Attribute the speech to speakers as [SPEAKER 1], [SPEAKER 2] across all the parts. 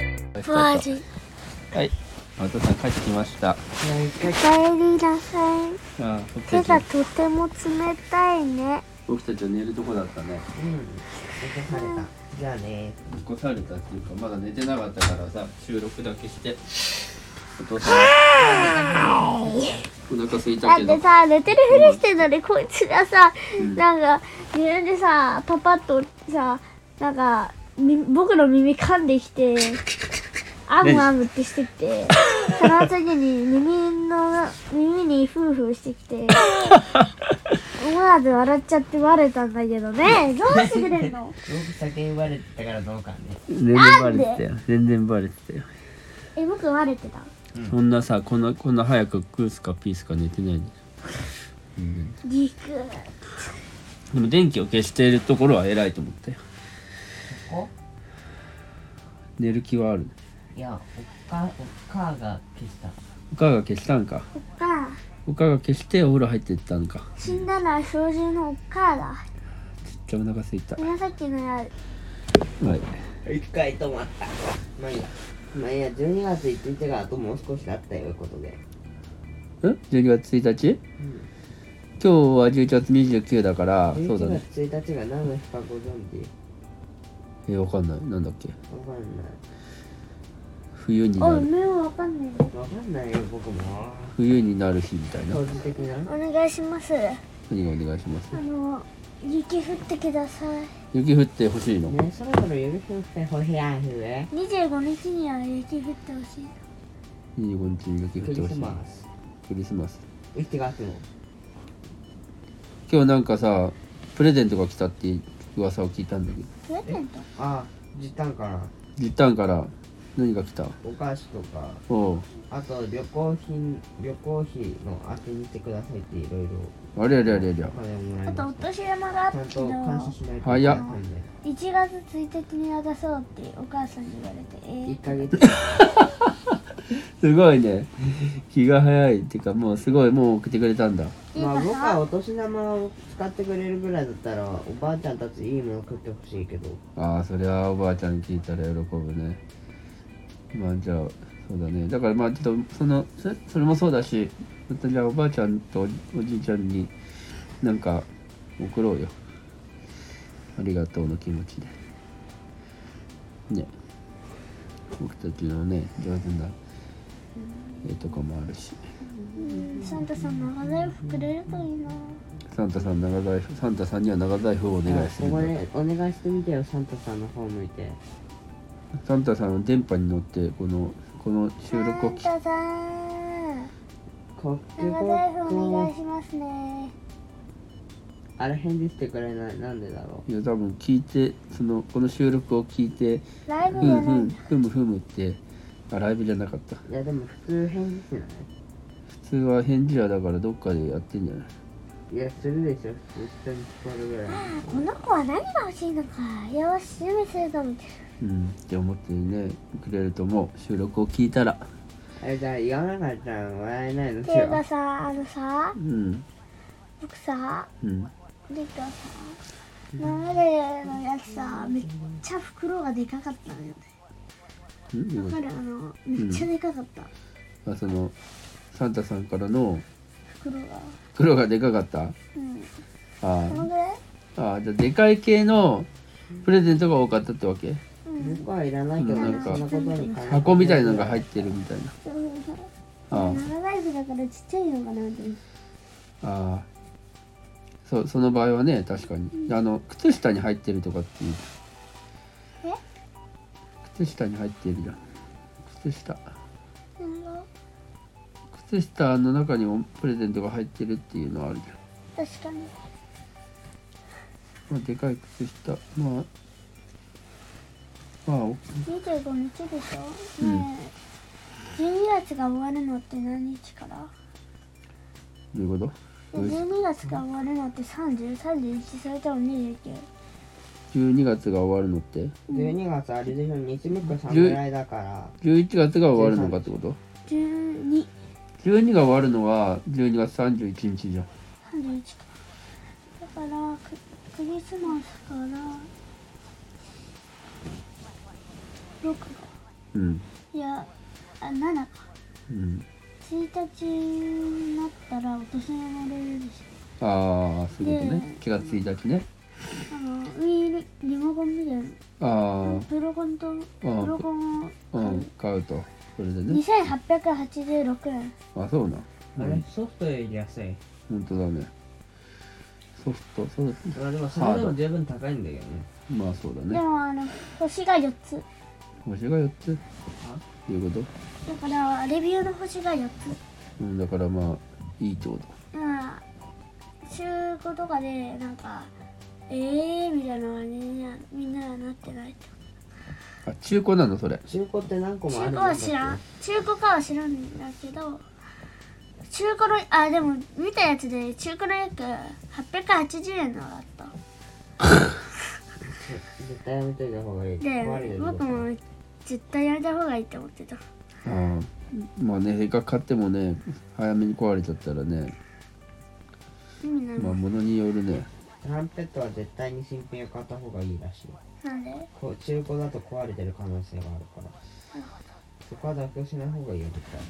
[SPEAKER 1] の
[SPEAKER 2] まった
[SPEAKER 1] 味
[SPEAKER 2] はいお父さん帰ってきました
[SPEAKER 1] おかえりなさい
[SPEAKER 2] あー僕
[SPEAKER 1] 手
[SPEAKER 2] たち
[SPEAKER 1] がとても冷たいね
[SPEAKER 2] 僕たちは寝るとこだったね
[SPEAKER 3] うん。起こされた。じゃあね。
[SPEAKER 2] 起こされたっていうかまだ寝てなかったからさ収録だけしてお父さんお腹空い
[SPEAKER 1] だ
[SPEAKER 2] た
[SPEAKER 1] っ
[SPEAKER 2] け
[SPEAKER 1] て
[SPEAKER 2] ど
[SPEAKER 1] さ寝てるふりしてるのにこいつがさ、
[SPEAKER 2] ん
[SPEAKER 1] なんか自分でさパパッとさなんかみ僕の耳噛んでき てアムアムってしてきてその次に耳の耳にフーフーしてき て思わず笑っちゃってバレたんだけどねどうしてくれん の
[SPEAKER 3] よく酒言われてたからどうかね。
[SPEAKER 2] 全然バレてたよ全然バレてたよ
[SPEAKER 1] え僕バレてた
[SPEAKER 2] そんなさこんなこんな早くグースかピースか寝てないのうん
[SPEAKER 1] ぎく
[SPEAKER 2] でも電気を消しているところは偉いと思ったよ
[SPEAKER 3] ここ
[SPEAKER 2] 寝る気はある
[SPEAKER 3] いや、おっか、おっかが消した。
[SPEAKER 2] お母が消したんか
[SPEAKER 1] あ
[SPEAKER 2] お母が消してお風呂入ってったんか
[SPEAKER 1] 死んだのは小獣のおっかあだ
[SPEAKER 2] ちっちゃお腹すいたは
[SPEAKER 1] 紫のや
[SPEAKER 2] い
[SPEAKER 3] 一回止まった。まあいいや。まあいいや、12月1日があともう少しだったよ、いうことで。
[SPEAKER 2] ん12月1日
[SPEAKER 3] うん。
[SPEAKER 2] 今日は11月29だからそうだ
[SPEAKER 3] 11
[SPEAKER 2] ね
[SPEAKER 3] 月1日が何の日かご存知
[SPEAKER 2] えーわかんないなんだっけ
[SPEAKER 3] わかんない。
[SPEAKER 2] 冬に
[SPEAKER 1] あ
[SPEAKER 2] なる
[SPEAKER 1] 目はわかんないね
[SPEAKER 3] わかんないよ、僕も。
[SPEAKER 2] 冬になる日みたいな
[SPEAKER 3] 当時的な
[SPEAKER 1] お願いします
[SPEAKER 2] 何がお願いします
[SPEAKER 1] あの雪降ってください
[SPEAKER 2] 雪降ってほしいの
[SPEAKER 3] ね、そろそろ許してほしいやふえ。
[SPEAKER 1] 25日には雪降ってほしい
[SPEAKER 2] 25日に雪降
[SPEAKER 3] ク
[SPEAKER 2] って
[SPEAKER 3] リ
[SPEAKER 2] ほ
[SPEAKER 3] ス
[SPEAKER 2] しい
[SPEAKER 3] マス。
[SPEAKER 2] クリスマス
[SPEAKER 3] 1月の。
[SPEAKER 2] 今日なんかさプレゼントが来たって噂を聞いたんだけど
[SPEAKER 1] プレゼント
[SPEAKER 3] あ、時短かな。
[SPEAKER 2] 実旦から何が来た
[SPEAKER 3] お菓子とか。
[SPEAKER 2] おう
[SPEAKER 3] あと旅行品旅行費の当てにしてくださいっていろいろ
[SPEAKER 2] ありゃりゃりゃりゃ
[SPEAKER 3] お金もらい
[SPEAKER 1] あ
[SPEAKER 3] ました
[SPEAKER 1] とお年玉があったけ
[SPEAKER 3] ちゃ
[SPEAKER 1] ど
[SPEAKER 3] んと感謝しないと
[SPEAKER 2] 早っ
[SPEAKER 3] なんで
[SPEAKER 1] 1月1日に渡そうってお母さんに言われてえー
[SPEAKER 3] 一ヶ月
[SPEAKER 2] すごいね 気が早いっていうかもうすごいもう送ってくれたんだ
[SPEAKER 1] っていう
[SPEAKER 3] まあ
[SPEAKER 1] か
[SPEAKER 3] 僕
[SPEAKER 1] さ
[SPEAKER 3] はお年玉を使ってくれるぐらいだったらおばあちゃんたちいいもの食ってほしいけど
[SPEAKER 2] ああそれはおばあちゃんに聞いたら喜ぶねまあじゃあそうだねだからまあちょっとそのそそれもそうだしまたじゃあおばあちゃんとおおじいちゃんになんか送ろうよありがとうの気持ちでね僕たちのね上手な絵とかもあるし
[SPEAKER 1] うんサンタさんのお財布くれるといいな
[SPEAKER 2] サンタさん長財布サンタさんには長財布をお願いする
[SPEAKER 3] こ
[SPEAKER 2] んだ
[SPEAKER 3] こ
[SPEAKER 2] って
[SPEAKER 3] でお願いしてみてよサンタさんの方向いて
[SPEAKER 2] サンタさんの電波に乗ってこのこの収録を聞き
[SPEAKER 1] サンタさん
[SPEAKER 3] 国旗
[SPEAKER 1] 長財布お願いしますね
[SPEAKER 3] あれ返事してくれないなんでだろ
[SPEAKER 2] いや多分聞いてそのこの収録を聞いて
[SPEAKER 1] ライ
[SPEAKER 2] ふ
[SPEAKER 1] ブじゃ
[SPEAKER 2] むふ
[SPEAKER 1] ない
[SPEAKER 2] むふむふむってあライブじゃなかった
[SPEAKER 3] ういやでも普通返事しな
[SPEAKER 2] 普通は返事はだからどっかでやってんじゃない
[SPEAKER 3] いいやするでしょ普通人に聞こえるぐらい
[SPEAKER 1] この子は何が欲しいのかよし準備すると思う
[SPEAKER 2] うんって思ってねくれると思う収録を聞いたら
[SPEAKER 3] えじゃあ言わなかったらもらえないの
[SPEAKER 1] っていうかさあのさ
[SPEAKER 2] うん
[SPEAKER 1] 僕さ
[SPEAKER 2] うん
[SPEAKER 1] リカさ今までのやつさめっちゃ袋がでかかったのよね
[SPEAKER 2] うん
[SPEAKER 1] わかるあのめっちゃでかかった、
[SPEAKER 2] あそのサンタさんからの
[SPEAKER 1] 袋が
[SPEAKER 2] 黒がでかかった
[SPEAKER 1] うん
[SPEAKER 2] あ
[SPEAKER 1] このぐらい
[SPEAKER 2] ああじゃあでかい系のプレゼントが多かったってわけ
[SPEAKER 1] うん
[SPEAKER 3] 僕はいらないけど、
[SPEAKER 2] なんか
[SPEAKER 3] そんなことに関
[SPEAKER 2] 箱みたいなのが入ってるみたいなああ
[SPEAKER 1] 長ライフだからちっちゃいのかなって
[SPEAKER 2] ああそうその場合はね確かに、あの靴下に入ってるとかっていう
[SPEAKER 1] え
[SPEAKER 2] 靴下に入ってるじゃん靴下
[SPEAKER 1] なんか
[SPEAKER 2] 靴下の中にもプレゼントが入ってるっていうのはあるじゃん、
[SPEAKER 1] 確かに
[SPEAKER 2] まあ、でかい靴下まあまあお
[SPEAKER 1] 25日でしょ
[SPEAKER 2] うん
[SPEAKER 1] ねえ12月が終わるのって何日から
[SPEAKER 2] どういうことどうし
[SPEAKER 1] 12月が終わるのって3031それとも29
[SPEAKER 2] 12月が終わるのって
[SPEAKER 3] 12月あれでしょ日目く侍だから
[SPEAKER 2] 11月が終わるのかってこと
[SPEAKER 1] 12
[SPEAKER 2] 12が終わるのは12月31日じゃ
[SPEAKER 1] 31
[SPEAKER 2] ん
[SPEAKER 1] かだからククリスマスから6か
[SPEAKER 2] うん
[SPEAKER 1] いやあ7か
[SPEAKER 2] うん
[SPEAKER 1] 1日になったらお年玉出るでし
[SPEAKER 2] ああそういうことね
[SPEAKER 1] ね
[SPEAKER 2] 気がついたきね
[SPEAKER 1] ょあの上にリモコンみたい
[SPEAKER 2] あ
[SPEAKER 1] なプロコンとプロコンを
[SPEAKER 2] あうん買うとそれでね
[SPEAKER 1] 2886円
[SPEAKER 2] あそうな
[SPEAKER 3] あ
[SPEAKER 2] う
[SPEAKER 3] れ
[SPEAKER 2] ん
[SPEAKER 3] ソフトより安い
[SPEAKER 2] 本当だねソフトそう
[SPEAKER 3] まあでもそれでも十分高いんだけどね
[SPEAKER 2] まあそうだ
[SPEAKER 1] で
[SPEAKER 2] ね
[SPEAKER 1] もあの星が4つ
[SPEAKER 2] 星が4つ
[SPEAKER 3] あ
[SPEAKER 2] ということ
[SPEAKER 1] だからレビューの星が4つ
[SPEAKER 2] うん、だからまあいいってこと
[SPEAKER 1] まあ週5とかでなんかええー、みたいなのにねみんなはなってないと
[SPEAKER 2] あ中古なのそれ
[SPEAKER 3] 中古って何個もあ
[SPEAKER 1] 中
[SPEAKER 3] る
[SPEAKER 1] 古
[SPEAKER 3] の
[SPEAKER 1] は知らん中古かは知らんんだけど中古のあでも見たやつで中古の約880円のがあった
[SPEAKER 3] 絶対やめといた方がいい壊れ
[SPEAKER 1] で
[SPEAKER 3] る
[SPEAKER 1] 僕も絶対やめた方がいいって思ってた
[SPEAKER 2] ああまあね映画買ってもね早めに壊れちゃったらね
[SPEAKER 1] 意味ない
[SPEAKER 2] まあ物によるね
[SPEAKER 3] トランペットは絶対に新品を買った方がいいらしい
[SPEAKER 1] なんで
[SPEAKER 3] こう中古だと壊れてる可能性があるからそこは妥協しない方がいいよ絶対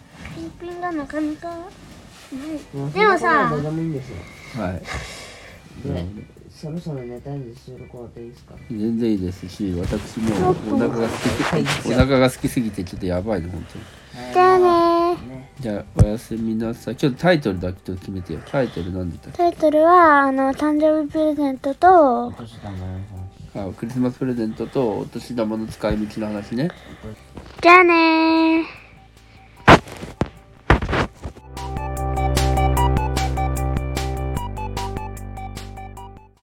[SPEAKER 1] 新品がなかなかない
[SPEAKER 3] もう
[SPEAKER 1] でもさ
[SPEAKER 3] そんなことはどうでもいいんですよ
[SPEAKER 2] はい
[SPEAKER 3] で
[SPEAKER 2] なる
[SPEAKER 3] そろそろ寝たいんで収録終わっていいですか
[SPEAKER 2] 全然いいですし私もうお腹が空きすぎお腹が空きすぎてちょっとやばいね本当に
[SPEAKER 1] じゃあねー
[SPEAKER 3] ね
[SPEAKER 2] じゃあおやすみなさいちょっとタイトルだけちょっと決めてよタイトルなんで言っ
[SPEAKER 1] タイトルはあの誕生日プレゼントと
[SPEAKER 3] 落としたんだね
[SPEAKER 2] たっけあクリスマスプレゼントとお年玉の使い道の話ね
[SPEAKER 1] じゃあねー。